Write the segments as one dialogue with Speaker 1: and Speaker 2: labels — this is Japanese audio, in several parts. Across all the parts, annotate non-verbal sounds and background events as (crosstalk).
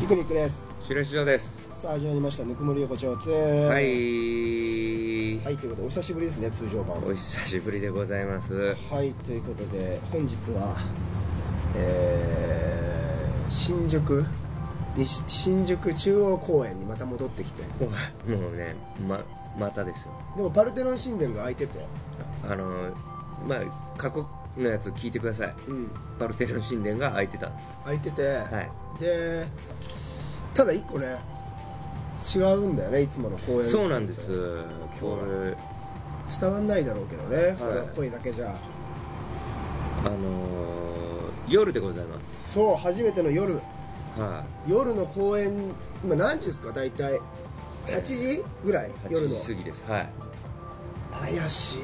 Speaker 1: ピクニックです
Speaker 2: 白石城です。
Speaker 1: さあ始まりましたぬくもり横丁2
Speaker 2: は。
Speaker 1: はいはいということでお久しぶりですね通常版
Speaker 2: お久しぶりでございます。
Speaker 1: はいということで本日はえー、新宿に新宿中央公園にまた戻ってきて
Speaker 2: もうね、ま、またですよ。
Speaker 1: でもパルテノン神殿が開いてて
Speaker 2: あの、まあ、過去のやつ聞いてください。
Speaker 1: うん
Speaker 2: パルテノン神殿が開いてたんです。
Speaker 1: 開いてて、
Speaker 2: はい。
Speaker 1: でただ一個ね違うんだよねいつもの公園
Speaker 2: そうなんです。今日、
Speaker 1: 伝わんないだろうけどね、こ
Speaker 2: はい
Speaker 1: の声だけじゃ
Speaker 2: あのー夜でございます。
Speaker 1: そう初めての夜
Speaker 2: は
Speaker 1: 夜の公園今何時ですか大体8時ぐらい
Speaker 2: い、
Speaker 1: 夜の
Speaker 2: 8時過ぎです。はい。
Speaker 1: 怪しい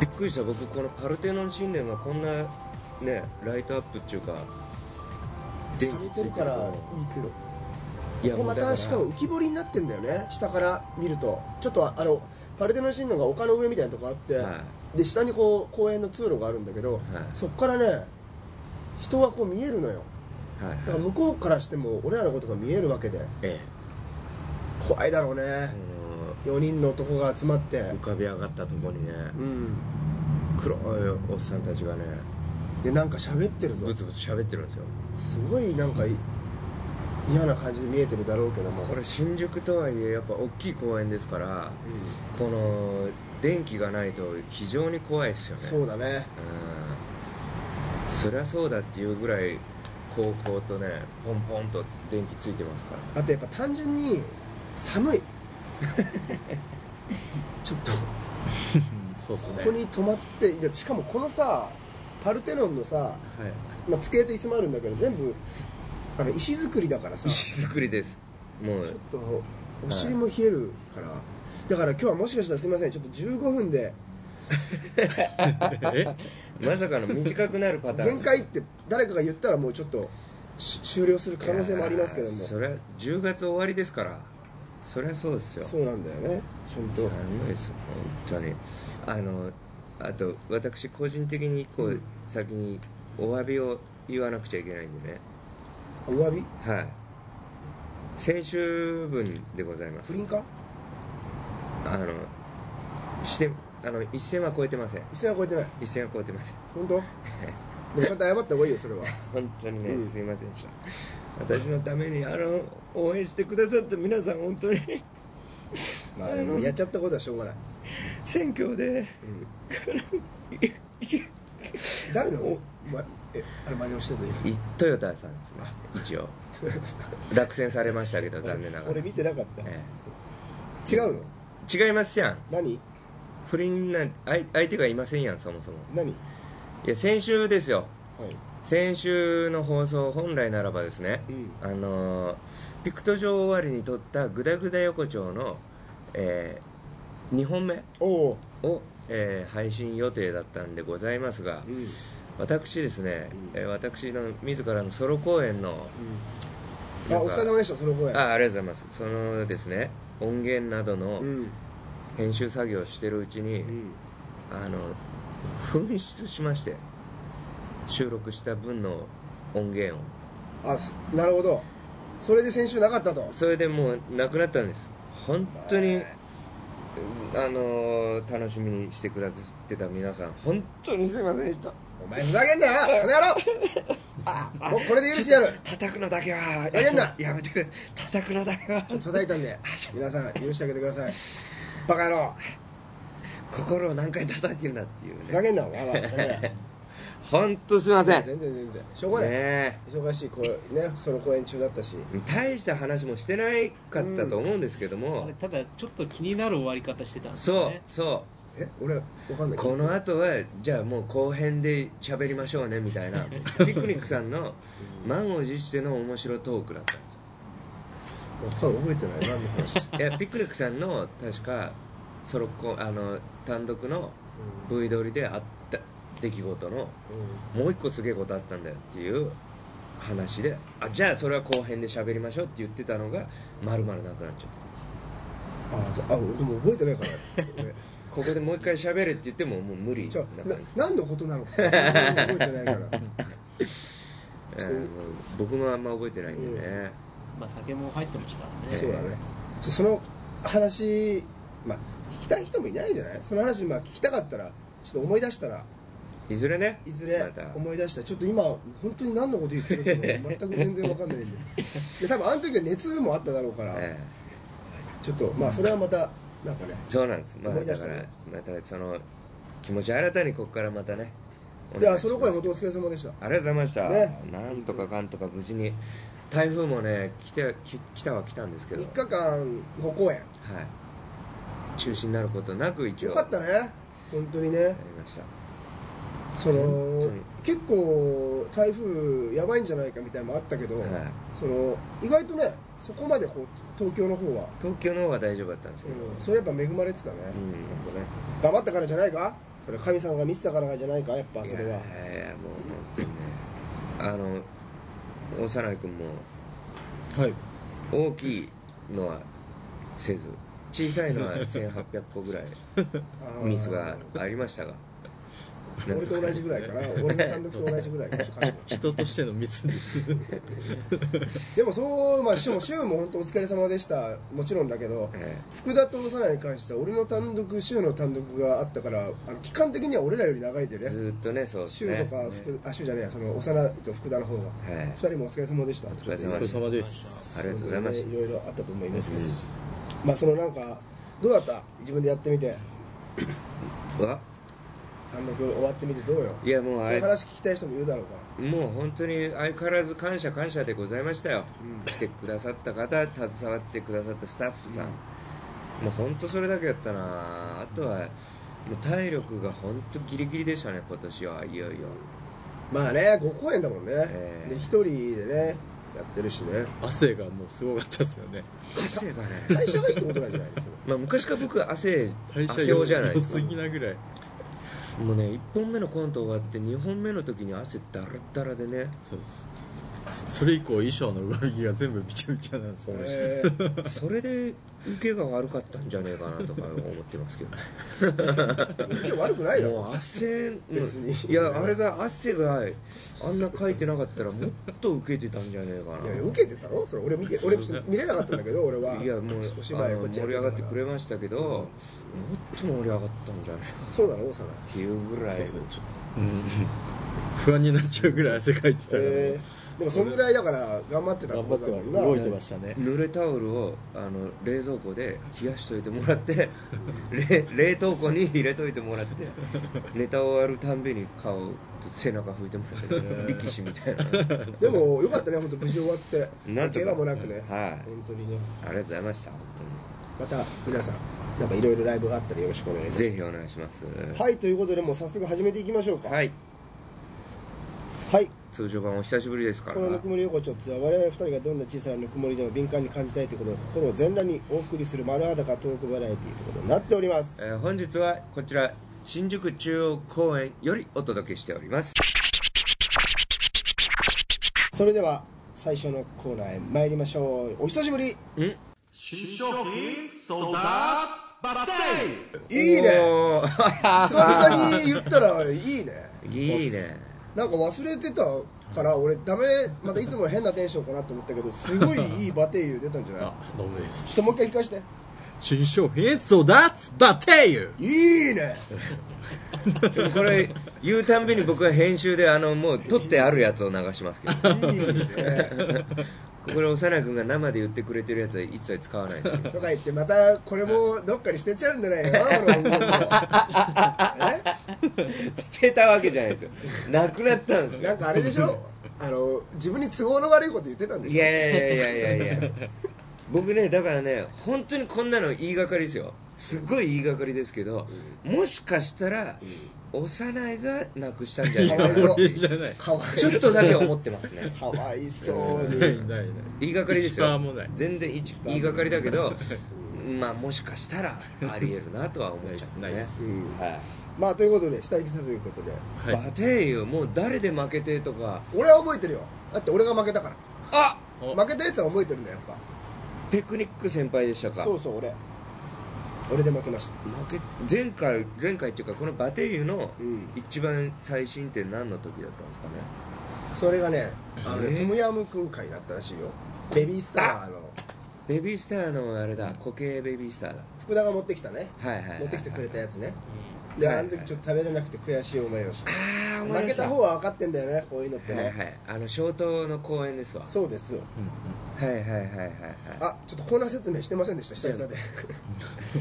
Speaker 2: びっくりした。僕、このパルテノン神殿がこんな、ね、ライトアップっていうか、
Speaker 1: 冷めてるからい
Speaker 2: 電
Speaker 1: いけど
Speaker 2: 気ついてるとい
Speaker 1: ここま
Speaker 2: もうだ
Speaker 1: た
Speaker 2: ら
Speaker 1: しかも浮き彫りになってんだよね下から見るとちょっとあのパルテノン神殿が丘の上みたいなとこあって、
Speaker 2: は
Speaker 1: で下にこう公園の通路があるんだけど、そっからね人がこう見えるのよ
Speaker 2: い。はい。
Speaker 1: だか
Speaker 2: は
Speaker 1: ら
Speaker 2: い。
Speaker 1: 向こうからしても俺らのことが見えるわけで
Speaker 2: え
Speaker 1: 怖いだろう
Speaker 2: え。あ
Speaker 1: ね
Speaker 2: の
Speaker 1: 4
Speaker 2: ー
Speaker 1: 人の男が集まって
Speaker 2: 浮かび上がったとこにね
Speaker 1: うん
Speaker 2: 黒いおっさんたちがね
Speaker 1: でなんか喋ってるぞ
Speaker 2: ブツブツ喋ってるんですよ
Speaker 1: すごいなんかい嫌な感じで見えてるだろうけども
Speaker 2: これ新宿とはいえやっぱ大きい公園ですからこの電気がないと非常に怖いですよね
Speaker 1: そうだね
Speaker 2: うんそりゃそうだっていうぐらい高校とねポンポンと電気ついてます
Speaker 1: (laughs)
Speaker 2: から
Speaker 1: あとやっぱ単純に寒い (laughs) ちょっと
Speaker 2: そうそう
Speaker 1: ここに泊まっていやしかもこのさパルテノンのさ、
Speaker 2: はい
Speaker 1: まあ、机と椅子もあるんだけど全部あの石造りだからさ
Speaker 2: 石造りですも
Speaker 1: ちょっ (laughs)
Speaker 2: う
Speaker 1: とお尻も冷えるから、だから今日はもしかしたらすみませんちょっと15分で
Speaker 2: まさかの短くなるパターン
Speaker 1: 限界って誰かが言ったらもうちょっとし終了する可能性もありますけど
Speaker 2: い
Speaker 1: も
Speaker 2: やーそれは10月終わりですからそりゃそうですよ
Speaker 1: そうなんだよね本当
Speaker 2: 寒いですよ本当にあのあと私個人的にこう、
Speaker 1: うん
Speaker 2: 先にお詫びを言わなくちゃいけないんでね
Speaker 1: お詫び
Speaker 2: はい先週分でございます
Speaker 1: 不倫か
Speaker 2: あのしてあの一線は超えてません
Speaker 1: 一線は超えてない
Speaker 2: 一線は超えてません
Speaker 1: 本
Speaker 2: (laughs)
Speaker 1: 当でもちゃんと謝った方がいいよそれは
Speaker 2: 本当にね、
Speaker 1: うん
Speaker 2: すいませんでした私のためにあの応援してくださった皆さん本当に (laughs)
Speaker 1: まあでもやっちゃったことはしょうがない、
Speaker 2: 選挙で
Speaker 1: (laughs) 誰の
Speaker 2: お
Speaker 1: ま、えあれ真似をしてんの今
Speaker 2: いトヨタさんですね一応落選されましたけど残念ながら
Speaker 1: (laughs) 俺見てなかった、
Speaker 2: え
Speaker 1: 違うの
Speaker 2: え違いますやん
Speaker 1: 何
Speaker 2: 不倫なんて相相手がいませんやんそもそも
Speaker 1: 何はい
Speaker 2: や先週ですよ先週の放送本来ならばですね
Speaker 1: い、うん、
Speaker 2: あのーピクト上終わりに撮ったグダグダ横丁の、え2本目
Speaker 1: おお、
Speaker 2: を、えー配信予定だったんでございますが
Speaker 1: うんうん、
Speaker 2: 私ですね、
Speaker 1: うん
Speaker 2: えー私の自らのソロ公演の
Speaker 1: あお疲れ様でしたその声
Speaker 2: あありがとうございますそのですね音源などの
Speaker 1: うん
Speaker 2: 編集作業をしてるうちに、
Speaker 1: うん
Speaker 2: あの紛失しまして収録した分の音源を
Speaker 1: あすなるほどそれで先週なかったと
Speaker 2: それでもうなくなったんです本当に、
Speaker 1: え
Speaker 2: あのー楽しみにしてくださってた皆さん本当にすいませんでした
Speaker 1: お前ふざけ (laughs) んなよこの野郎 (laughs) あもうこれで許してやる
Speaker 2: 叩くのだけは
Speaker 1: やめんな
Speaker 2: やめてくれ叩くのだけは
Speaker 1: ちょっと叩いたんで皆さん許してあげてくださいバカ野郎
Speaker 2: 心を何回叩いてんだっていう
Speaker 1: ふざ
Speaker 2: ね
Speaker 1: けんなお (laughs) 前はふざけんな
Speaker 2: 本当すいませんね
Speaker 1: 全然全然しょうがない、
Speaker 2: え
Speaker 1: 忙しいこうねその公演中だったし
Speaker 2: 大した話もしてないかったと思うんですけども、
Speaker 3: あれただちょっと気になる終わり方してたんです
Speaker 2: そ
Speaker 3: よ
Speaker 2: う
Speaker 3: ね
Speaker 2: そう
Speaker 1: え俺わかんない
Speaker 2: この後はじゃあもう後編で喋りましょうねみたい (laughs) なピクニックさんの満を持しての面白トークだったんです
Speaker 1: わかんない覚えてない何の話して (laughs)
Speaker 2: よい (laughs) やピクニックさんの確かソロコあの単独の V 撮りであった出来事のもう一個すげえことあったんだよっていう話であじゃあそれは後編で喋りましょうって言ってたのがまるまるなくなっちゃった
Speaker 1: あじゃああでも覚えてないから (laughs) 俺
Speaker 2: ここでもう一回喋るって言ってももう無理
Speaker 1: じゃ
Speaker 2: な
Speaker 1: あな
Speaker 2: 感じ
Speaker 1: 何のこと (laughs) なのか覚えてないから
Speaker 2: えーもう僕もあんま覚えてないんでね、
Speaker 3: まあ酒も入ってましたからね
Speaker 1: そうだねちょその話、まあ、聞きたい人もいないんじゃないその話、まあ、聞きたかったらちょっと思い出したら
Speaker 2: いずれね
Speaker 1: いずれ
Speaker 2: また
Speaker 1: 思い出したらちょっと今本当に何のこと言ってる
Speaker 2: (laughs)
Speaker 1: かも全く全然わかんないんでで多分あの時は熱もあっただろうから、
Speaker 2: え
Speaker 1: ちょっとまあそれはまたなんかね
Speaker 2: ーそうなんですまあ
Speaker 1: 思い出
Speaker 2: だ
Speaker 1: し
Speaker 2: か
Speaker 1: た
Speaker 2: ら
Speaker 1: ね
Speaker 2: またその気持ち新たにここからまたね
Speaker 1: じゃあその声
Speaker 2: も
Speaker 1: 本当お疲れ様でした
Speaker 2: ありがとうございました、
Speaker 1: ね
Speaker 2: なんとかかんとか無事に台風もね来てき来たは来たんですけど
Speaker 1: 3日間5公演
Speaker 2: はい中止になることなく一応
Speaker 1: よかったね本当にね
Speaker 2: やりました
Speaker 1: そ
Speaker 2: 本
Speaker 1: の
Speaker 2: 当に
Speaker 1: 結構台風やばいんじゃないかみたいなのもあったけど、
Speaker 2: はい
Speaker 1: その意外とねそこまでこう東京の方は、
Speaker 2: 東京の方は大丈夫だったんですけど、
Speaker 1: うん、それやっぱ恵まれてたね、
Speaker 2: うん、なんかね
Speaker 1: 頑張ったからじゃないかそれ神さんが見せたからじゃないかやっぱそれはい
Speaker 2: やいやいやもう本当にねあの幼い君も
Speaker 3: はい
Speaker 2: 大きいのはせず小さいのは1800個ぐらい
Speaker 1: あー
Speaker 2: ミスがありましたがなん
Speaker 1: 俺
Speaker 2: とか
Speaker 1: と同じぐらいかな俺の単独と同じぐらいかな
Speaker 2: (laughs)
Speaker 1: 彼も
Speaker 4: 人としてのミスです。
Speaker 1: でもそうまあ週も週も本当お疲れ様でしたもちろんだけど
Speaker 2: え
Speaker 1: 福田と幼いに関しては俺の単独週の単独があったからあの期間的には俺らより長いんで
Speaker 2: えず
Speaker 1: ね
Speaker 2: ーっとねそうです
Speaker 1: 週
Speaker 2: ね
Speaker 1: とか福、あ週じゃねえやその幼いと福田の方が
Speaker 2: はい
Speaker 1: 2人もお疲れ様でしたお
Speaker 2: 疲れ
Speaker 4: お疲れ様です。
Speaker 2: ありがとうございました
Speaker 1: いろいろあったと思いますまあそのなんかどうだった自分でやってみて
Speaker 2: うわ
Speaker 1: 単独終わってみてどうよ
Speaker 2: いやもう
Speaker 1: そ
Speaker 2: あ
Speaker 1: うい
Speaker 2: れ
Speaker 1: う話聞きたい人もいるだろうか
Speaker 2: もう本当に相変わらず感謝感謝でございましたよ、
Speaker 1: うん
Speaker 2: 来てくださった方携わってくださったスタッフさん、もう本当それだけだったなあとはもう体力が本当ギリギリでしたね今年はいよいよ
Speaker 1: らまあね5公演だもんね、
Speaker 2: ええ
Speaker 1: で一人でねやってるしね
Speaker 4: 汗がもうすごかったですよね。
Speaker 2: 汗がね、
Speaker 1: 会社がいいってことなんじゃないで
Speaker 2: まあ、昔から僕汗
Speaker 4: 代謝
Speaker 2: 汗をじゃない
Speaker 4: 良
Speaker 2: です
Speaker 4: す
Speaker 2: か
Speaker 4: ぎなぐらい。
Speaker 2: もうね1本目のコント終わって2本目の時に汗だらだらでね
Speaker 4: そうです。そそれ以降衣装の上着が全部びちゃびちゃなんです
Speaker 1: す
Speaker 4: よ
Speaker 1: か、
Speaker 4: ね。
Speaker 1: ええ
Speaker 2: それで受けが悪かったんじゃねえかなとか思ってますけど
Speaker 1: いや悪く (laughs) ないだろ
Speaker 2: もう汗の
Speaker 1: 別に
Speaker 2: いやあれが汗があんなかいてなかったらもっと受けてたんじゃねえか
Speaker 1: いや
Speaker 2: な
Speaker 1: 受けてたろそれ俺見て俺見れなかったんだけど俺はい
Speaker 2: やもう
Speaker 1: 少し
Speaker 2: あ
Speaker 1: 前
Speaker 2: の
Speaker 1: こっち
Speaker 2: 盛り上がってくれ
Speaker 1: ま
Speaker 2: ましたけど、もっと盛り上がったんじゃねえか
Speaker 1: そうなの幼い
Speaker 2: っていうぐらい
Speaker 4: そうそうちょっとうん不安になっちゃうぐらい汗かいてたから、
Speaker 1: ええでもそんぐらいだから頑張ってた
Speaker 4: 頑張って
Speaker 1: だ
Speaker 4: ま
Speaker 1: も
Speaker 4: し
Speaker 1: ん
Speaker 4: た
Speaker 1: な
Speaker 4: 動いてましたね、
Speaker 2: 濡れタオルをあの冷蔵庫で冷やしといてもら
Speaker 1: (laughs)
Speaker 2: ってれ冷凍庫に入れといてもらってネタ終わるたんびに顔背中拭いてもらってちょっと力士みた
Speaker 1: (laughs)
Speaker 2: いな
Speaker 1: でもよかったね本当無事終わって
Speaker 2: なんと
Speaker 1: 怪
Speaker 2: か
Speaker 1: 我もなくね、
Speaker 2: はい
Speaker 1: 本当にね
Speaker 2: ありがとうございました本
Speaker 1: また皆さんなんかいろいろライブがあったらよろしくお願いい
Speaker 2: 当
Speaker 1: た
Speaker 2: に
Speaker 1: し
Speaker 2: ぜひお願いします
Speaker 1: ますはいということでもう早速始めていきましょうか
Speaker 2: はい
Speaker 1: はい
Speaker 2: 通常版お久しぶりですから
Speaker 1: このぬくもり横丁とは我々二人がどんな小さなぬくもりでも敏感に感じたいということを心を全裸にお送りする丸裸トークバラエティーということになっております、
Speaker 2: えー本日はこちら新宿中央公園よりお届けしております
Speaker 1: それでは最初のコーナーへ参りましょうお久しぶり
Speaker 2: んい
Speaker 1: いいね久々に言ったらいいね
Speaker 2: いいね
Speaker 1: なんか忘れてたから俺ダメまたいつもの変なテンションかなと思ったけどすごいいいバテイユ出たん
Speaker 4: (laughs)
Speaker 1: じゃない
Speaker 4: あどうもです
Speaker 1: ちょっともう一回聞かして
Speaker 4: 新商品育つバテイユ
Speaker 1: いいね
Speaker 2: でもこれ言うたんびに僕は編集であのもう撮ってあるやつを流します (laughs) けど
Speaker 1: いいですね
Speaker 2: これ幼君が生で言ってくれてるやつは一切使わないですよ
Speaker 1: とか言ってまたこれもどっかに捨てちゃうんじゃないの俺の音楽を
Speaker 2: (laughs) 捨てたわけじゃないですよなくなったんです (laughs)
Speaker 1: な
Speaker 2: よ
Speaker 1: んかあれでしょあの自分に都合の悪いこと言ってたんでしょ
Speaker 2: いやいやいやいやいやいや僕ねだからね本当にこんなの言いがかりですよすっごい言いがかりですけど、もしかしたら、幼いがなくしたんじゃない
Speaker 1: かわいそう
Speaker 4: 俺じゃない
Speaker 1: かわい
Speaker 2: ち
Speaker 1: そ
Speaker 2: ょっ
Speaker 1: う
Speaker 2: とだけ思ってますね
Speaker 1: かわいそう
Speaker 4: ない
Speaker 1: に
Speaker 4: ないない
Speaker 2: 言いがかりですよ
Speaker 4: 一番もない
Speaker 2: 全然一言いがかりだけどまあもしかしたらありえるなとは思っちゃう
Speaker 4: ナイスナイ
Speaker 2: ね
Speaker 4: ス
Speaker 1: うん
Speaker 2: はい
Speaker 1: まあということで久々ということで
Speaker 4: はい
Speaker 2: バテイユもう誰で負けてとか
Speaker 1: 俺は覚えてるよだって俺が負けたから
Speaker 2: あ
Speaker 4: お
Speaker 1: 負けたやつは覚えてるんだよやっ
Speaker 2: ペクニック先輩でした
Speaker 1: ぱ
Speaker 2: か
Speaker 1: そうそう俺俺で負けました
Speaker 2: 負け前回前回っていうかこのバテイユの
Speaker 1: うん
Speaker 2: 一番最新って何の時だったんですかね
Speaker 1: それがねあの
Speaker 2: え
Speaker 1: ね
Speaker 2: ー
Speaker 1: トムヤムクン会だったらしいよベビースターの
Speaker 2: ベビースターのあれだ固形ベビースターだ
Speaker 1: 福田が持ってきたね
Speaker 2: はいはいはい、はい、
Speaker 1: 持ってきてくれたやつね
Speaker 2: い
Speaker 1: で
Speaker 2: はい
Speaker 1: あの時ちょっと食べれなくて悔しい思いをして
Speaker 2: ああ
Speaker 1: 負けた方は分かってんだよねこういうのって
Speaker 2: はい
Speaker 1: ね
Speaker 2: はいあの消灯の公園ですわ
Speaker 1: そうですよ
Speaker 4: うんうん
Speaker 2: はいはいはいはいはい
Speaker 1: あちょっとコーナー説明してませんでした久々で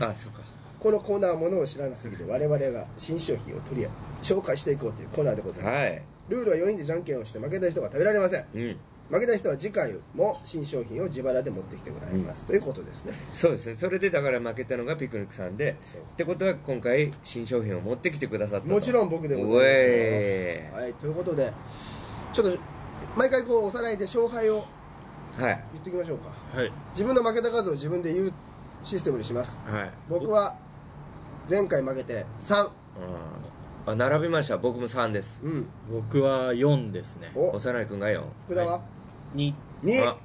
Speaker 2: あそうか
Speaker 1: このコーナーはものを知らなすぎて我々が新商品を取り紹介していこうというコーナーでございます
Speaker 2: はい
Speaker 1: ルールは4人でじゃんけんをして負けた人が食べられません
Speaker 2: うん
Speaker 1: 負けた人は次回も新商品を自腹で持ってきてもらいます、ということですね
Speaker 2: そうですねそれでだから負けたのがピクニックさんでってことは今回新商品を持ってきてくださった
Speaker 1: もちろん僕でございます
Speaker 2: おえ
Speaker 1: はいということでちょっと毎回こうおさらいで勝敗を
Speaker 2: はい
Speaker 1: 言っていきましょうか
Speaker 4: はい
Speaker 1: 自分の負けた数を自分で言うシステムにします
Speaker 2: はい
Speaker 1: 僕は前回負けて3
Speaker 2: ああ並びました僕も3です
Speaker 1: うん
Speaker 4: 僕は4ですね
Speaker 1: お
Speaker 2: 幼い君が4
Speaker 1: 福田は、
Speaker 3: に
Speaker 1: 2
Speaker 2: あ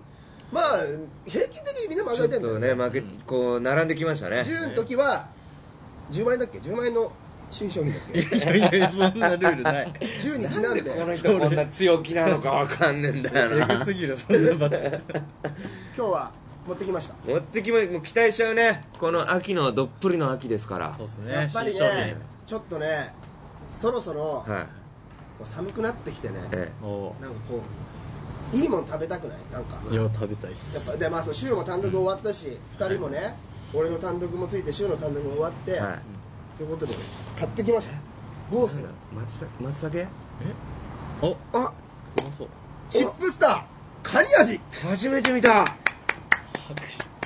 Speaker 1: まあ平均的にみんな負
Speaker 2: ち
Speaker 1: け
Speaker 2: ょ
Speaker 1: て
Speaker 2: っ
Speaker 1: んだよ
Speaker 2: と
Speaker 1: ね
Speaker 2: ね負けこう並んできましたね
Speaker 1: 10の時は10万円だっけ10万円の新商品だっけ
Speaker 4: いやいやいやそんなルール (laughs) ない
Speaker 1: 10にちなんで
Speaker 2: この人こんな強気なのかわかんねえんだよ
Speaker 4: え
Speaker 2: な
Speaker 4: ぐすぎるそんな罰
Speaker 1: 今日は持ってきました
Speaker 2: 持ってきまもう期待しちゃうねこの秋のどっぷりの秋ですから
Speaker 4: そうですね
Speaker 1: やっぱり
Speaker 4: 新商
Speaker 1: ねちょっとねそろそろ
Speaker 2: はい
Speaker 1: 寒くなってきてね
Speaker 2: え
Speaker 4: 品お
Speaker 1: なんかこういいもん食べたくないなんか
Speaker 4: いや食べたいっ
Speaker 1: やっ
Speaker 4: す
Speaker 1: ぱでまあそう週も単独終わったし、二2人もね俺の単独もついて週の単独も終わって、
Speaker 2: えはい
Speaker 1: ということで買ってきましたゴース
Speaker 2: 松茸松茸
Speaker 4: おう
Speaker 2: あ
Speaker 4: まそう
Speaker 1: チップスターカニ味
Speaker 2: 初めて見た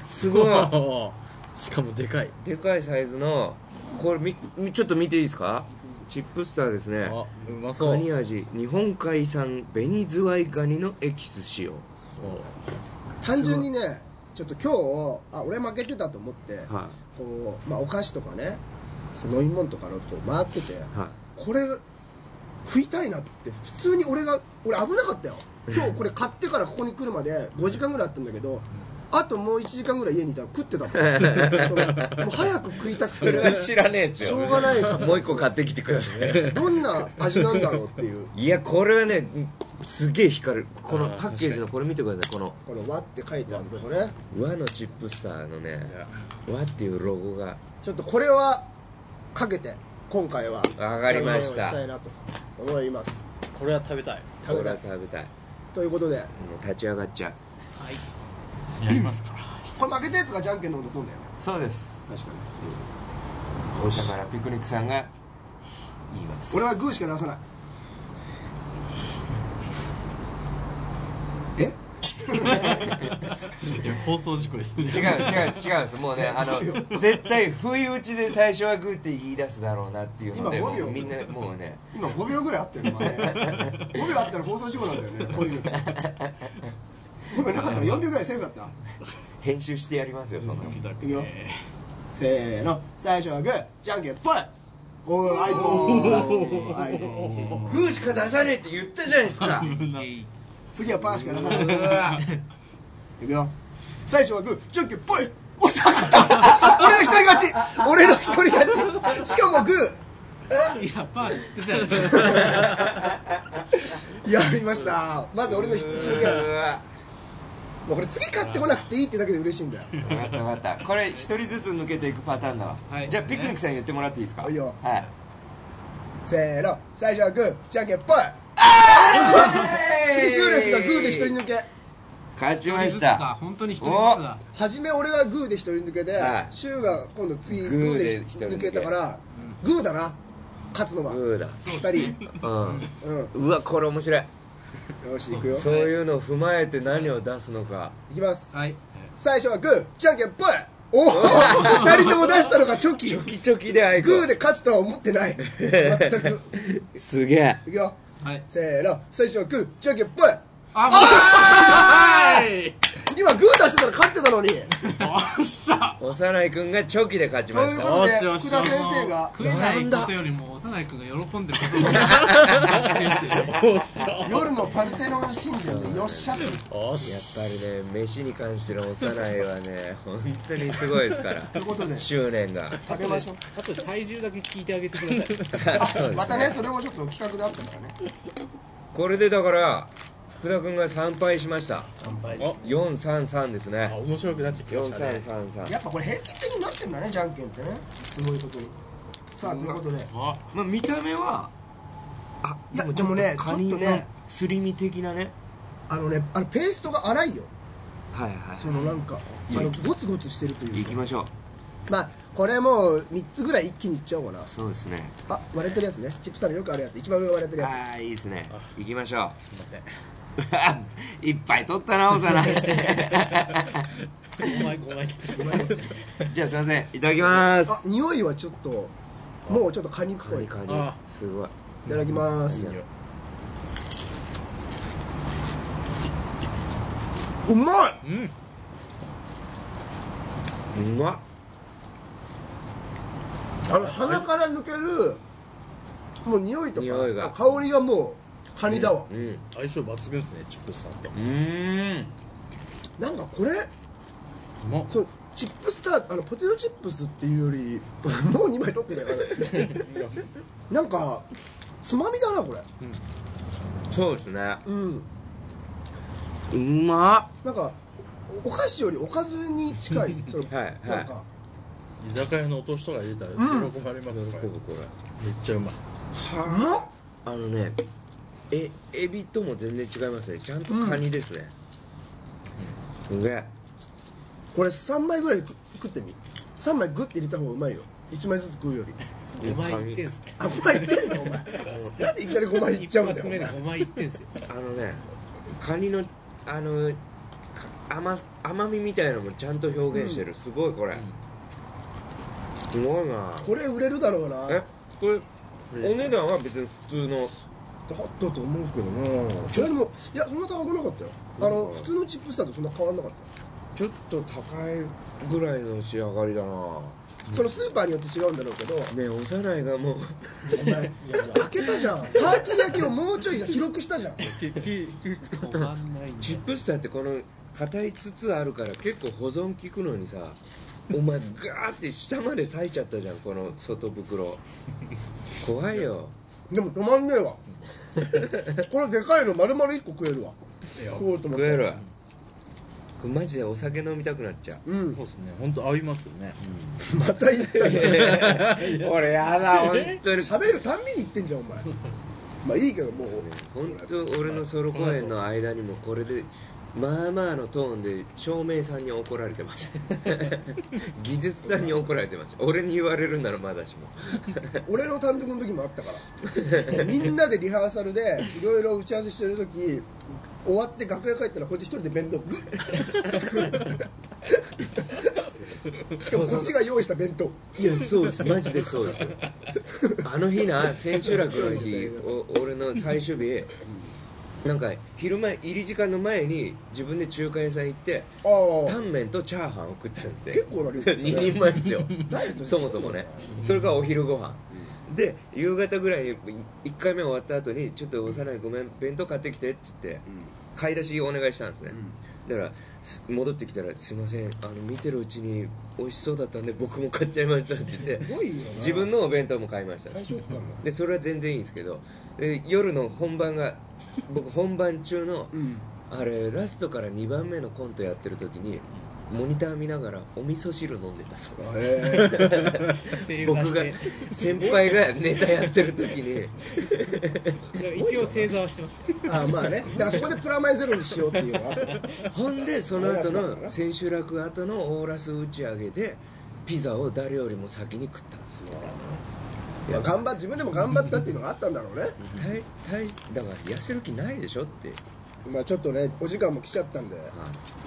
Speaker 2: すごい (laughs)
Speaker 4: (laughs) しかもでかい
Speaker 2: でかいサイズのこれみみちょっと見ていいですかチップスターですね
Speaker 4: あうまそ
Speaker 2: カ
Speaker 4: う
Speaker 2: ニ味日本海産紅ズワイガニのエキス使用
Speaker 1: 単純にねちょっと今日あ俺負けてたと思って、
Speaker 2: は
Speaker 1: こうまあ、お菓子とかねその飲み物とかのこう回ってて
Speaker 2: いは
Speaker 1: これ食いたいなって普通に俺が俺危なかったよ今日これ買ってからここに来るまで5時間ぐらいあったんだけどあともう1時間ぐらい家にいたら食っ
Speaker 2: (laughs)
Speaker 1: てたもんそのもう早く食いたく
Speaker 2: それは
Speaker 1: て
Speaker 2: 知らねえっす
Speaker 1: し
Speaker 2: よ
Speaker 1: ょうがないか
Speaker 2: (laughs) もう一個買ってきてください
Speaker 1: どんな味なんだろうっていう
Speaker 2: (laughs) いやこれはねすげえ光るこの
Speaker 4: あー
Speaker 2: パッケージのこれ見てくださいこの
Speaker 1: この「和」って書いてあるとこね
Speaker 2: 和のチップスターのね和っていうロゴが
Speaker 1: ちょっとこれはかけて今回は
Speaker 2: わかりました
Speaker 1: 考えをしたいなと思います
Speaker 4: これは食べたい
Speaker 2: こ
Speaker 1: 食べ
Speaker 2: れ
Speaker 1: た
Speaker 2: はい食べたい
Speaker 1: ということで
Speaker 2: もう立ち上がっちゃう
Speaker 3: やりますから
Speaker 1: これ負けたやつがじゃんけんのことんだよね
Speaker 2: そうです
Speaker 1: 確かに
Speaker 2: だからピクニックさん (laughs) が言います
Speaker 1: 俺はグーしか出さない
Speaker 2: え
Speaker 4: いや放送事故ですね
Speaker 2: 違う違う違うんですもうねあの絶対不意打ちで最初はグーって言い出すだろうなっていうので
Speaker 1: 今
Speaker 2: も
Speaker 1: 5秒
Speaker 2: うみんなもうね
Speaker 1: 今5秒ぐらいあったよね前5秒あったら放送事故なんだよねこういうの5秒なかったら4秒ぐらいセーフだった
Speaker 2: 編集してやりますよそんなの
Speaker 1: いくよせーの最初はグーじゃんけんぽいおーアイボーアイボー
Speaker 2: グーしか出さねえって言ったじゃないです (laughs) か
Speaker 1: 次はパーしか出さないう
Speaker 2: (laughs) わ
Speaker 1: いくよ最初はグーじゃんけんぽいおっしゃ勝った俺の一人勝ち俺の一人勝ちしかもグ
Speaker 3: いやパーっつってじゃないですか
Speaker 1: ーやりましたまず俺の一人勝ち
Speaker 2: うわ
Speaker 1: もうこれ次買ってこなくていいってだけで嬉しいんだよ
Speaker 2: 分かった分かったこれ一人ずつ抜けていくパターンだわ、
Speaker 3: はい
Speaker 2: じゃあピクニックさん言ってもらっていいですか
Speaker 1: いいよ
Speaker 2: はい
Speaker 1: せーの最初はグーじゃんけんぽい次シューレスがグーで一人抜け
Speaker 2: 勝ち
Speaker 3: 一
Speaker 2: ま
Speaker 3: 人ず
Speaker 2: し
Speaker 3: つ
Speaker 2: た
Speaker 3: か本当に一人ずつだ
Speaker 1: 初め俺がグーで一人抜けで、
Speaker 2: はい
Speaker 1: シューが今度次
Speaker 2: グ
Speaker 1: グ
Speaker 2: ー
Speaker 1: ー
Speaker 2: で
Speaker 1: で
Speaker 2: 一人抜け
Speaker 1: 抜けたからグーだな勝つのは
Speaker 2: グーだ
Speaker 1: 二人
Speaker 2: う
Speaker 1: うん
Speaker 2: んうわこれ面白い
Speaker 1: よし行くよ
Speaker 2: そういうのを踏まえて何を出すのか
Speaker 1: いきます
Speaker 3: はい
Speaker 1: 最初はグーじゃんけんぽいおお二人とも出したのがチョキ
Speaker 2: チョキチョキでアイコ
Speaker 1: グーで勝つとは思ってない全く
Speaker 2: (laughs) すげえ
Speaker 1: いくよ
Speaker 3: はい
Speaker 1: せーの最初はグーじゃんけんぽい
Speaker 3: あもう
Speaker 1: 今グー出してたら勝ってたのに
Speaker 3: おっしゃ
Speaker 2: 幼い君がチョキで勝ち
Speaker 1: と
Speaker 2: ま
Speaker 1: い
Speaker 2: し
Speaker 1: う
Speaker 2: た
Speaker 1: ことで
Speaker 4: よしよし
Speaker 1: 福田先生が
Speaker 3: 食えないことよりも幼い君が喜んでることの方が懐かしいですよね
Speaker 4: おっしゃ
Speaker 1: 夜のパルテノン神殿でよっしゃって
Speaker 4: おっ
Speaker 2: やっ
Speaker 4: し
Speaker 2: ぱりね飯に関しての幼いはね本当にすごいですから
Speaker 1: ということで
Speaker 2: 執念が
Speaker 1: 食べましょう
Speaker 3: あと体重だけ聞いてあげてください
Speaker 2: あそうで
Speaker 1: ますたねそれもちょっと企画であったからね
Speaker 2: これでだから福田君が参拝しました
Speaker 1: 乾杯
Speaker 4: ゃ
Speaker 2: 433です
Speaker 4: あ
Speaker 2: ね
Speaker 4: 面白くなってきましたね
Speaker 2: 4333
Speaker 1: やっぱこれ平均的になってんだねじゃんけんってねすごいことにさあということで
Speaker 3: あ
Speaker 2: まあ見た目はあ
Speaker 1: いやでもね
Speaker 2: カニ
Speaker 1: ちょっとね
Speaker 2: すり身的なね
Speaker 1: あのねあのペーストが粗いよ
Speaker 2: はいは
Speaker 1: そのなんかあ
Speaker 2: いや
Speaker 1: のゴツゴツしてるとい
Speaker 2: いう行き
Speaker 1: か
Speaker 2: ましょう
Speaker 1: まあこれもう3つぐらい一気にいっちゃおうかな
Speaker 2: そうですね
Speaker 1: あ割れてるやつねチップスターのよくあるやつ一番上割れてるや
Speaker 2: ああいいですね行きましょ
Speaker 4: すいません
Speaker 2: う (laughs) いっぱい取ったなおさ (laughs) ない
Speaker 3: 5枚5枚
Speaker 2: じゃあすいませんいただきま
Speaker 1: つあ
Speaker 2: す
Speaker 1: 匂いはちょっともうちょっとカニっ
Speaker 2: カ
Speaker 1: ぽい
Speaker 2: ニ
Speaker 1: い
Speaker 2: カニ
Speaker 4: あ
Speaker 2: すごい
Speaker 1: ただきます
Speaker 2: いや
Speaker 1: うまい
Speaker 4: うん
Speaker 2: うまっ
Speaker 1: あの鼻から抜けるもう匂いと
Speaker 2: 匂いが
Speaker 1: か香りがもうカニだわ
Speaker 2: うん
Speaker 4: 相性抜群ですねチップスさんと
Speaker 2: うーん
Speaker 1: なんかこれ
Speaker 4: うまっ
Speaker 1: そのチップスターあのポテトチップスっていうよりもう2枚取ってた (laughs) からなんかつまみだなこれ
Speaker 2: そうですね
Speaker 1: うん
Speaker 2: うまっ
Speaker 1: なんかおお菓子よりおかずに近 (laughs) いその
Speaker 2: はいはい
Speaker 1: なんか
Speaker 4: (laughs) 居酒屋のお通しとか入れたら
Speaker 1: うん
Speaker 4: 喜ばれます
Speaker 2: 喜
Speaker 4: よ
Speaker 2: ぶ
Speaker 4: こ
Speaker 2: こ
Speaker 4: れめっ
Speaker 2: れ
Speaker 4: ちゃうまい
Speaker 2: はああのねえエビとも全然違いますねちゃんとカニですねすげえ
Speaker 1: これ3枚ぐらい食食ってみ3枚グッて入れた方がうまいよ1枚ずつ食うより
Speaker 3: 5枚いってんす
Speaker 1: あ5枚いってんのお前なんでいきなり5枚いっちゃうん
Speaker 3: 一
Speaker 1: だよ
Speaker 3: 発目で5枚いってんすよ
Speaker 2: あのねカニのあのか甘甘みみたいなのもちゃんと表現してる、すごいこれ、すごいな
Speaker 1: これ売れるだろうな
Speaker 2: えこれ
Speaker 4: れ
Speaker 2: お値段は別に普通の
Speaker 1: だったと思うけどな
Speaker 2: うん
Speaker 1: いやでもいやそんな高くなかったよあ
Speaker 2: う
Speaker 1: の
Speaker 2: ん
Speaker 1: 普通のチップスターとそんな変わんなかったよ
Speaker 2: ちょっと高いぐらいの仕上がりだな
Speaker 1: そのスーパーによって違うんだろうけど
Speaker 2: ねえ幼いがもう
Speaker 1: お前開けたじゃんパーティー焼きをもうちょい広くしたじゃん
Speaker 4: ききき使った
Speaker 3: 止まんないんだ
Speaker 2: チップスターってこの硬い筒あるから結構保存効くのにさお前ガーって下まで裂いちゃったじゃんこの外袋怖いよ
Speaker 1: でも止まんねえわこれでかいの丸々1個食えるわ
Speaker 4: いや
Speaker 1: 食おうと思っ
Speaker 2: 食
Speaker 1: て
Speaker 2: えるこれマジでお酒飲みたくなっちゃう
Speaker 1: うん
Speaker 4: そうですね本当合いますよね
Speaker 1: また言ったじゃん
Speaker 2: (laughs) 俺やだ本当に
Speaker 1: 喋るたんびに言ってんじゃんお前まあいいけどもう
Speaker 2: 本当俺のソロ公演の間にもこれでまあまあのトーンで照明さんに怒られてました (laughs) 技術さんに怒られてました俺に言われるならまだしも
Speaker 1: 俺の単独の時もあったからそうみんなでリハーサルでいろいろ打ち合わせしてる時終わって楽屋帰ったらこっち一人で弁当グッしかもこっちが用意した弁当
Speaker 2: いやそうですマジでそうですよあの日な千秋楽の日お俺の最終日なんか昼前入り時間の前に自分で中華屋さん行って
Speaker 1: あ
Speaker 2: タンメンとチャーハンを食ったんですね
Speaker 1: 結構な量
Speaker 2: 2人前ですよ
Speaker 1: ダイエットです
Speaker 2: そもそもねそれがお昼ご飯で夕方ぐらい1回目終わった後にちょっと幼いごめん弁当買ってきてって言って買い出しお願いしたんですね、だからす戻ってきたら「すいませんあの見てるうちに美味しそうだったんで僕も買っちゃいました」って言って
Speaker 1: すごいよな
Speaker 2: 自分のお弁当も買いました
Speaker 1: 最初から
Speaker 2: でそれは全然いいんですけどで夜の本番が僕本番中の、
Speaker 1: ん
Speaker 2: あれラストから2番目のコントやってる時にモニター見ながらお味噌汁飲んでたそうです
Speaker 1: ええ
Speaker 3: 正座
Speaker 2: 僕
Speaker 3: し
Speaker 2: が
Speaker 3: て
Speaker 2: 先輩がネタやってる時に
Speaker 3: 一応正座はしてましたよ
Speaker 1: あまあねだからそこでプラマイゼロにしようっていうのがあった
Speaker 2: ほん (laughs) でその後の千秋楽後のオーラス打ち上げでピザを誰よりも先に食ったんですよい
Speaker 1: まあ
Speaker 2: や
Speaker 1: 頑張っ自分でも頑張ったっていうのがあったんだろうね
Speaker 2: 大大だから痩せる気ないでしょって、
Speaker 1: まあちょっとねお時間も来ちゃったんで
Speaker 2: は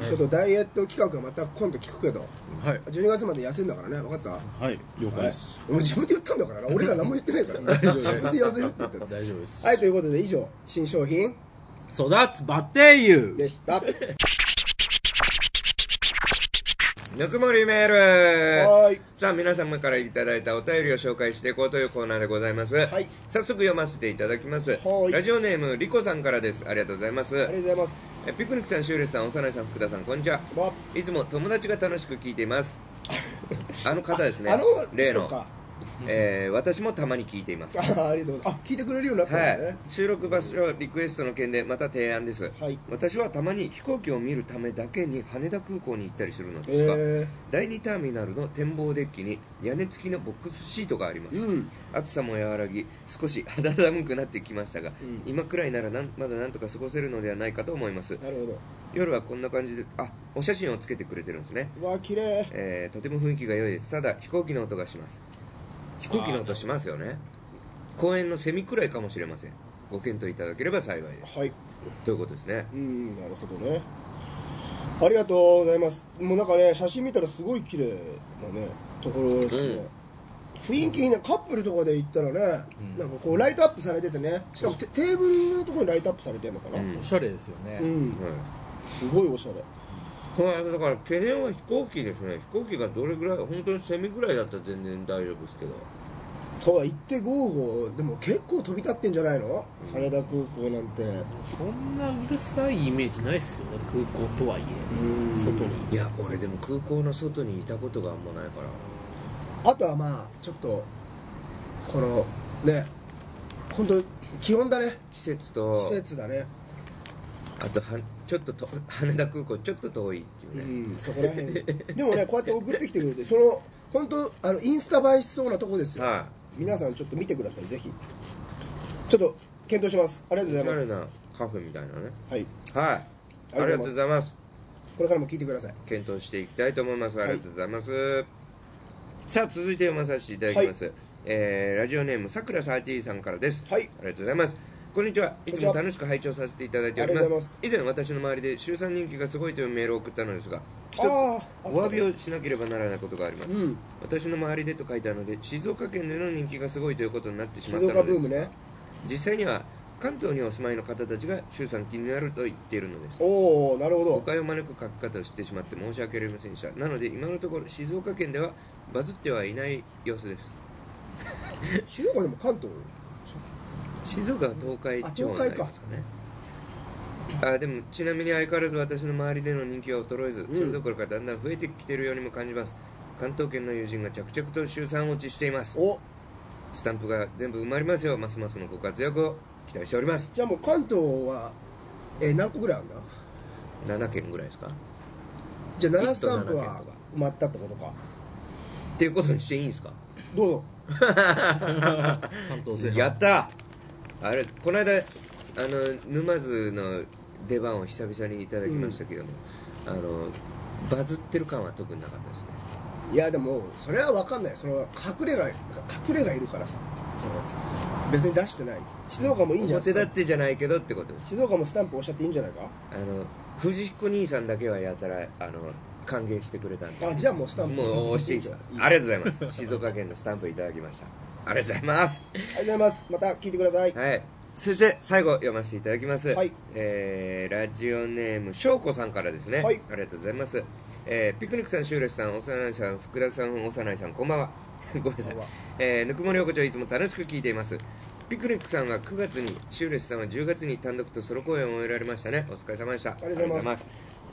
Speaker 1: ちょっとダイエット企画はまた今度聞くけど
Speaker 4: はい
Speaker 1: 12月まで痩せんだからね分かった
Speaker 4: はい了解
Speaker 1: はい
Speaker 4: です、
Speaker 1: もう自分で言ったんだからな俺ら何も言ってないからな
Speaker 4: 大丈夫
Speaker 1: 自分で痩せるって言ってる
Speaker 4: 大丈夫です
Speaker 1: はいということで以上新商品
Speaker 4: 育つバッテリーユ
Speaker 1: でした
Speaker 2: ぬくもりメール
Speaker 1: はーい
Speaker 2: さあ皆様からいただいたお便りを紹介していこうというコーナーでございます、
Speaker 1: はい
Speaker 2: 早速読ませていただきます
Speaker 1: はい
Speaker 2: ラジオネームリコさんからですありがとうございます
Speaker 1: ありがとうございます
Speaker 2: えピクニックさんシューレスさん幼いさん福田さんこんにちは
Speaker 1: まあ
Speaker 2: いつも友達が楽しく聞いています
Speaker 1: (laughs)
Speaker 2: あの方ですね
Speaker 1: あの
Speaker 2: 例
Speaker 1: 人
Speaker 2: の
Speaker 1: か
Speaker 2: えー私もたまに聞いています
Speaker 1: あーありがとうございますあ聞いてくれるようになったん
Speaker 2: は
Speaker 1: だ
Speaker 2: い
Speaker 1: ね、
Speaker 2: 収録場所リクエストの件でまた提案です、
Speaker 1: はい
Speaker 2: 私はたまに飛行機を見るためだけに羽田空港に行ったりするのですが、
Speaker 1: え
Speaker 2: 第2ターミナルの展望デッキに屋根付きのボックスシートがありま
Speaker 1: ー
Speaker 2: す、
Speaker 1: うん
Speaker 2: 暑さも和らぎ少し肌寒くなってきましたが、
Speaker 1: うん
Speaker 2: 今くらいならなんまだなんとか過ごせるのではないかと思います
Speaker 1: なるほど
Speaker 2: 夜はこんな感じであお写真をつけてくれてるんですね、
Speaker 1: うわ綺麗
Speaker 2: えーとても雰囲気が良いですただ飛行機の音がします飛行機の音しますよね公園のセミくらいかもしれませんご検討いただければ幸いです
Speaker 1: はい
Speaker 2: ということですね
Speaker 1: うんなるほどねありがとうございますもうなんかね写真見たらすごい綺麗なねところですね、
Speaker 2: うん
Speaker 1: 雰囲気いいねカップルとかで行ったらね、
Speaker 4: うん
Speaker 1: なんかこうライトアップされててねしかもテテーブルのところにライトアップされてるのかな
Speaker 2: う
Speaker 1: うんん、
Speaker 4: おしゃれですよね、
Speaker 1: すごいおしゃれ
Speaker 2: これあれだから懸念は飛行機ですね飛行機がどれぐらい本当にセミぐらいだったら全然大丈夫ですけど
Speaker 1: とは言ってゴーゴーでも結構飛び立ってんじゃないの
Speaker 2: うん
Speaker 1: 羽田空港なんて
Speaker 5: そんなうるさいイメージないっすよね空港とはいえ
Speaker 1: ん
Speaker 5: 外に
Speaker 2: いや俺でも空港の外にいたことがあんまないから
Speaker 1: あとはまあちょっとこのね本当気温だね
Speaker 2: 季節と
Speaker 1: 季節だね
Speaker 2: あとはちょっとと羽田空港ちょっと遠いっていう
Speaker 1: う
Speaker 2: ね、
Speaker 1: んそこら辺 (laughs) でもねこうやって送ってきてくれてその本当あのインスタ映えしそうなとこですよ
Speaker 2: は
Speaker 1: 皆さんちょっと見てくださいぜひちょっと検討しますありが
Speaker 2: い
Speaker 1: とう
Speaker 2: おし
Speaker 1: ご
Speaker 2: ゃ
Speaker 1: ざ
Speaker 2: れ
Speaker 1: います
Speaker 2: なカフェみたいなね
Speaker 1: はい
Speaker 2: はいあ
Speaker 1: あ
Speaker 2: り
Speaker 1: り
Speaker 2: が
Speaker 1: が
Speaker 2: と
Speaker 1: と
Speaker 2: う
Speaker 1: う
Speaker 2: ご
Speaker 1: ご
Speaker 2: ざいます
Speaker 1: これからも聞いてください
Speaker 2: 検討していきたいと思いますありがとうございます、さあ続いて読まさせていただきます、えーラジオネームさくらサーティーさんからです
Speaker 1: はい
Speaker 2: ありがとうございます。こんにちは。
Speaker 1: こん
Speaker 2: い
Speaker 1: に
Speaker 2: つ
Speaker 1: ちは
Speaker 2: も楽しく拝聴させていただいておりま
Speaker 1: ありがとうござい
Speaker 2: す。
Speaker 1: ます
Speaker 2: 以前私の周りで週3人気がすごいというメールを送ったのですが、一つ
Speaker 1: あー
Speaker 2: お詫びをしなければならないことがあります。
Speaker 1: うん
Speaker 2: 私の周りでと書いてあるので、静岡県での人気がすごいということになってしまっ
Speaker 1: 静
Speaker 2: たので
Speaker 1: 岡
Speaker 2: す。
Speaker 1: ブームね
Speaker 2: 実際には関東にお住まいの方たちが週3気になると言っているのです。
Speaker 1: おおなるほ
Speaker 2: 誤
Speaker 1: ど
Speaker 2: 解を招く書き方をしてしまって申し訳ありませんでした。なので今のところ静岡県ではバズってはいない様子です。
Speaker 1: 静岡でも関東
Speaker 2: 静岡は東海地方になりますかねあでもちなみに相変わらず私の周りでの人気は衰えず、
Speaker 1: ん
Speaker 2: それどころかだんだん増えてきてるようにも感じます関東圏の友人が着々と週3落ちしています
Speaker 1: お
Speaker 2: スタンプが全部埋まりますよますますのご活躍を期待しております
Speaker 1: じゃあもう関東は、えー何個ぐらいあるんだ
Speaker 2: 7件ぐらいですかっ
Speaker 1: じゃあ
Speaker 2: 一都
Speaker 1: 7スタンプ
Speaker 2: 七
Speaker 1: は
Speaker 2: 県とか
Speaker 1: 埋まったってことか
Speaker 2: ていうことにしていいんですか
Speaker 1: どうぞ
Speaker 4: 関東制覇
Speaker 2: (laughs) やったあれこの間あの沼津の出番を久々にいただきましたけども、あのバズってる感は特になかったですね
Speaker 1: いやでもそれは分かんないその隠れが隠れがいるからさその別に出してない静岡もいいんじゃない
Speaker 2: 表立ってじゃないけどってことです
Speaker 1: 静岡もスタンプ押しちゃっていいんじゃないか
Speaker 2: あの藤彦兄さんだけはやたらあの歓迎してくれたんで
Speaker 1: あじゃあもうスタンプ
Speaker 2: もう押していい
Speaker 1: じゃんあ
Speaker 2: ありがとうございます静岡県のスタンプいただきましたありがとうございます
Speaker 1: りがとうございますまた聞いてください
Speaker 2: はいそして最後読ませていただきます、
Speaker 1: はい
Speaker 2: えーラジオネームしょうこさんからですね、
Speaker 1: はい
Speaker 2: ありがとうございます、えーピクニックさん、シューレスさん、おさないさん、福田さん、おさないさん、こんばんは (laughs) ごめんなさい、えーぬくもり横丁いつも楽しく聞いていますピクニックさんは9月に、シューレスさんは10月に単独とソロ公演を終えられましたねお疲れ様でしたあ
Speaker 1: りがとうございます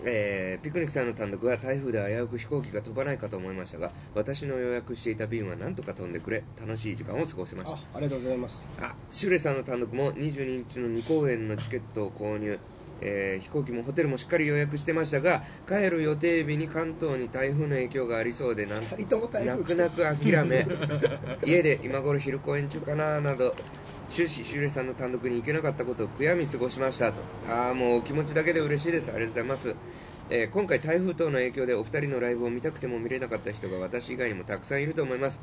Speaker 2: えーピクニックさんの単独は台風で危うく飛行機が飛ばないかと思いましたが私の予約していた便はなんとか飛んでくれ楽しい時間を過ごせました
Speaker 1: あありがとうございます
Speaker 2: あシュレさんの単独も22日の2公演のチケットを購入、えー飛行機もホテルもしっかり予約してましたが帰る予定日に関東に台風の影響がありそうでなん
Speaker 1: 二人とも台風
Speaker 2: 泣く泣く諦め家で今頃昼公演中かななど終始シュレさんの単独に行けなかったことを悔やみ過ごしましたとああもうお気持ちだけで嬉しいですありがとうございますえー今回台風等の影響でお二人のライブを見たくても見れなかった人が私以外にもたくさんいると思います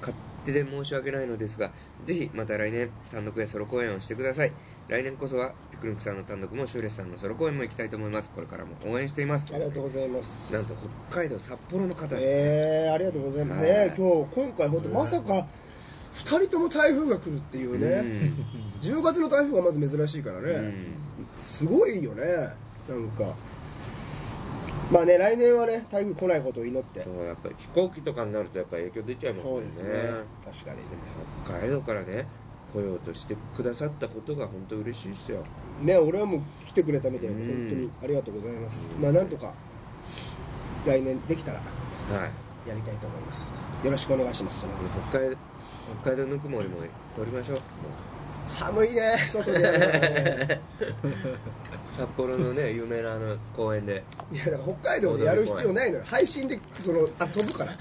Speaker 2: 勝手で申し訳ないのですがぜひまた来年単独やソロ公演をしてください来年こそはピクニックさんの単独もシューレスさんのソロ公演も行きたいと思いますこれからも応援しています
Speaker 1: ありがとうございます
Speaker 2: なんと北海道札幌の方です、
Speaker 1: えー、ありがとうございます、
Speaker 2: はい
Speaker 1: ね今日今回本当まさか2人とも台風が来るっていうね、10月の台風がまず珍しいからね、
Speaker 2: うんうん
Speaker 1: すごいよねなんかまあね来年はね台風来ないことを祈って
Speaker 2: そうやっぱり飛行機とかになるとやっぱ影響出ちゃいますも
Speaker 1: そ
Speaker 2: ん
Speaker 1: う
Speaker 2: ね
Speaker 1: ですね確かに
Speaker 2: 北海道からね来ようとしてくださったことが本当嬉しいですよ
Speaker 1: ねね俺はもう来てくれたみたいで
Speaker 2: うん
Speaker 1: 本当にありがとうございます
Speaker 2: うん
Speaker 1: まあなんとか来年できたら
Speaker 2: はい
Speaker 1: やりたいと思いますよろしくお願いしますその分
Speaker 2: 北海北海道ぬくもりも取りましょうも
Speaker 1: 寒いね
Speaker 2: (laughs)
Speaker 1: 外でやるのはね
Speaker 2: う札幌の
Speaker 1: (laughs)
Speaker 2: ね有名なあの公園で
Speaker 1: いやだから北海道でやる必要ないのよ配信でそのあ飛ぶから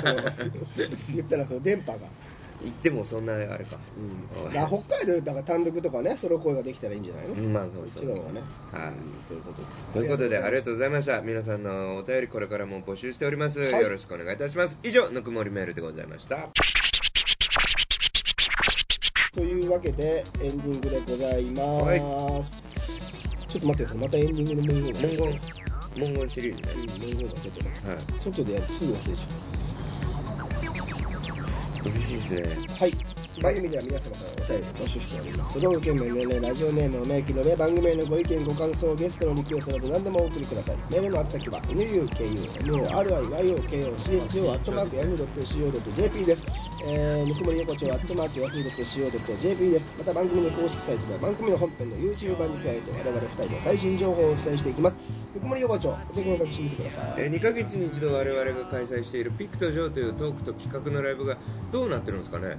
Speaker 1: そ
Speaker 2: (laughs)
Speaker 1: の言ったらその電波が
Speaker 2: 行ってもそんなあれか
Speaker 1: だから北海道だから単独とかねソロ声ができたらいいんじゃないの、
Speaker 2: うんまあ
Speaker 1: そっ
Speaker 2: そ
Speaker 1: ち
Speaker 2: う
Speaker 1: の
Speaker 2: そ
Speaker 1: 方が
Speaker 2: う
Speaker 1: ね
Speaker 2: はい
Speaker 1: ということで
Speaker 2: ということでありが
Speaker 1: う
Speaker 2: とうございました皆さんのお便りこれからも募集しております、
Speaker 1: はい
Speaker 2: よろしくお願いいたします以上ぬくもりメールでございました
Speaker 1: というわけでエンディングでございます、ちょっと待ってくださいまたエンディングの文言が
Speaker 2: 文言文言シリーズね、
Speaker 1: うん文言が出てます
Speaker 2: はい
Speaker 1: 外でやるとすぐ忘れちゃ
Speaker 2: 嬉しいですね
Speaker 1: うはい番組では皆様からお便りを募集しておりますその受け名、年齢、ラジオネーム、お名義の上、番組へのご意見、ご感想、ゲストのリクエストなど何でもお送りください。メールの宛先は nukumoryokocgo.yahoo.co.jp です。えー、ぬくもり横丁 .yahoo.co.jp です。また番組の公式サイトでは番組の本編の YouTube 版に加えて我々2人の最新情報をお伝えしていきます。ぬくもり横丁で検索してみてください。
Speaker 2: えー2ヶ月に一度我々が開催しているピクトジョーというトークと企画のライブがどうなってるんですかね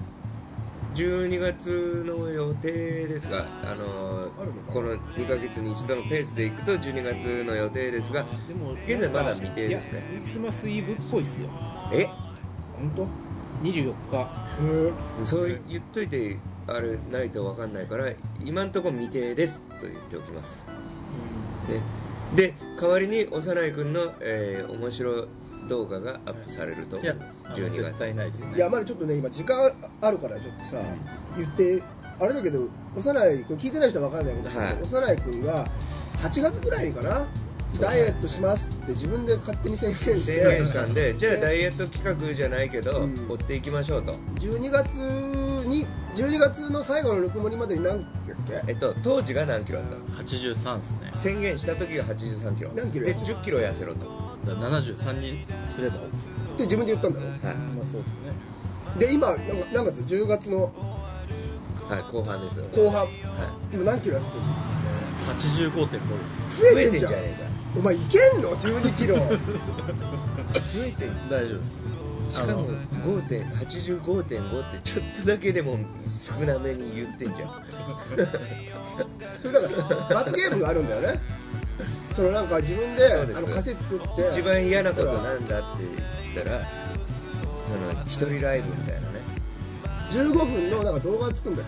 Speaker 2: 12月の予定ですが、あのー
Speaker 1: あるのか
Speaker 2: この2ヶ月に一度のペースでいくと12月の予定ですが
Speaker 5: でも
Speaker 2: 現在まだ未定ですね
Speaker 5: いやクリスマスイブっぽいっすよ
Speaker 2: え
Speaker 1: 本当
Speaker 5: 24日
Speaker 1: へ
Speaker 2: そう言っといてあれないと分かんないから今んとこ未定ですと言っておきますね、で代わりに幼い君の、えー面白動画がアップされると
Speaker 4: い
Speaker 2: 思い
Speaker 4: や
Speaker 2: ます
Speaker 4: あの
Speaker 2: 12
Speaker 4: 絶
Speaker 2: 月
Speaker 4: 対ないですね
Speaker 1: いやまだちょっとね今時間あるからちょっとさ言ってあれだけど幼いこれ聞いてない人は分かんないけど、
Speaker 2: はい
Speaker 1: 幼い君が8月ぐらいにかなダイエットしますって自分で勝手に宣言し
Speaker 2: 宣言してたんでじゃあ
Speaker 1: ね
Speaker 2: ダイエット企画じゃないけど、
Speaker 1: うん
Speaker 2: 追っていきましょうと
Speaker 1: 12月に12月の最後のぬくもりまでに何キロだっけ
Speaker 2: えっと当時が何キロだったの
Speaker 4: 83ですね
Speaker 2: 宣言した時が8 3キロ
Speaker 1: 何キロ
Speaker 2: で
Speaker 1: 痩せ
Speaker 2: 1 0キロ痩せろと、は
Speaker 4: だから73にすれば
Speaker 1: って自分で言ったんだろ
Speaker 4: まあそうですね
Speaker 1: で今なんか何月10月の
Speaker 2: いはい、後半ですよ、
Speaker 1: 後半
Speaker 2: は
Speaker 1: 今何キロ痩せてる
Speaker 4: 85.5です
Speaker 2: い、
Speaker 1: 増えてんじゃん
Speaker 2: えか
Speaker 1: お前いけんの1 2キロ
Speaker 2: 増えてん
Speaker 4: 大丈夫です
Speaker 2: しかも5点85.5ってちょっとだけでも少なめに言ってんじゃん
Speaker 1: それだから罰ゲームがあるんだよねそのなんか自分で
Speaker 2: そうです
Speaker 1: あの枷作って
Speaker 2: 一番嫌なことなんだって言ったらその一人ライブみたいなね
Speaker 1: 15分のなんか動画を作るんだよ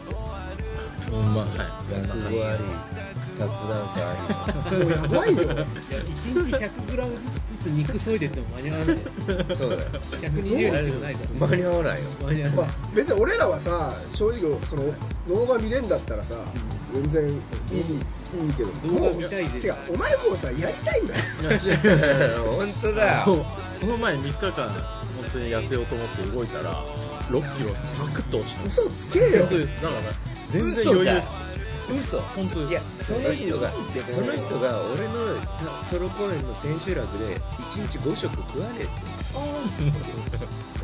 Speaker 4: うんまあはいそん
Speaker 2: 落
Speaker 4: な
Speaker 2: 語あ
Speaker 4: 感
Speaker 2: り
Speaker 4: じ
Speaker 2: タップダン
Speaker 1: も
Speaker 2: サーあり
Speaker 1: うやばいよ
Speaker 5: 1日 100g ずつ肉削いでっても間に合わない
Speaker 1: (laughs)
Speaker 2: そうだよ
Speaker 5: 120日もないですね
Speaker 2: 間に合わないよ (laughs)
Speaker 5: 間に合
Speaker 1: ま
Speaker 5: わ
Speaker 1: あ
Speaker 5: ない、
Speaker 1: 別に俺らはさ正直その動画見れんだったらさ全然いいいいけどさ
Speaker 5: 動画
Speaker 1: もう
Speaker 5: 見たいです
Speaker 1: 違うお前もうさやりたいんだよ
Speaker 2: 本当だよ
Speaker 4: この前3日間本当に痩せようと思って動いたら6キロサクッと落ちたんです
Speaker 1: 嘘つけよ
Speaker 4: (laughs) 本当ですだから全然余裕です
Speaker 2: 嘘
Speaker 4: 本当です
Speaker 2: いやその人が
Speaker 1: いいけど
Speaker 2: その人が俺のたソロ公演の千秋楽で1日5食食わねえって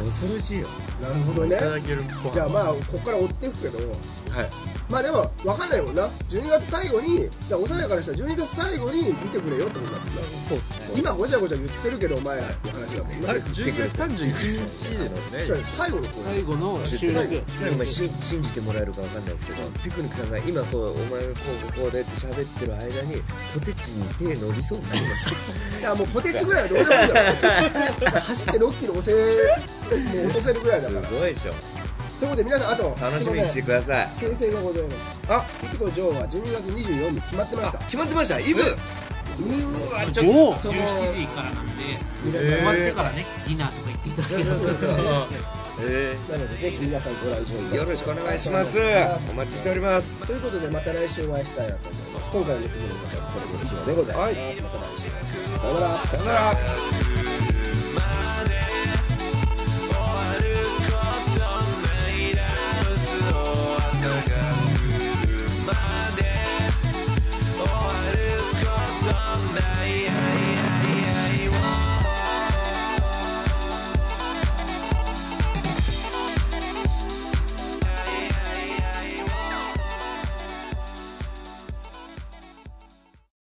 Speaker 2: 恐ろしいよ
Speaker 1: なるほど
Speaker 4: い
Speaker 1: ね
Speaker 4: ただけるご飯
Speaker 1: じゃあまあここから追っていくけど
Speaker 4: はい
Speaker 1: まあでも分かんないもんな12月最後にだから幼いからしたら12月最後に見てくれよってことだもんな
Speaker 4: そうですね
Speaker 1: 今ごちゃごちゃ言ってるけどお前らっていう話だもんな
Speaker 4: あれ12月31日です
Speaker 1: じゃ
Speaker 4: よ
Speaker 1: あ
Speaker 4: ね
Speaker 1: 最後のこれ
Speaker 5: 最後の収録
Speaker 2: 今し信じてもらえるか分かんないですけどピクニックさんが今こうお前がこうこうこうでって喋ってる間にポテチに手伸びそうになりまし
Speaker 1: いやもうポテチぐらいはどうでもいいんだろ走って6キロ押せもう落とせるぐらいだ
Speaker 2: た
Speaker 1: から
Speaker 2: すごいでしょ
Speaker 1: ということで皆さんあと
Speaker 2: 楽しみにしてください
Speaker 1: すいません訂正がございます
Speaker 2: あ
Speaker 1: ピクとジョーは12月24日に決まってま
Speaker 2: あ
Speaker 1: した
Speaker 2: 決まってましたイブうーわち
Speaker 5: も
Speaker 2: ょ
Speaker 5: う
Speaker 2: っともう
Speaker 3: 17時からなんで、
Speaker 1: 皆
Speaker 3: 終
Speaker 1: さ
Speaker 3: わってからねディナーとか行っていただ
Speaker 2: そうそうそうそう
Speaker 4: (laughs) ええ
Speaker 1: んなのでぜひ皆さんご来場
Speaker 2: よろしくお願いしますお待ちしております
Speaker 1: ということでまた来週お会いしたいなと思います今回の「ピクニックの方はこれで以上でございます、
Speaker 2: はい
Speaker 1: また来週さよなら
Speaker 2: さよなら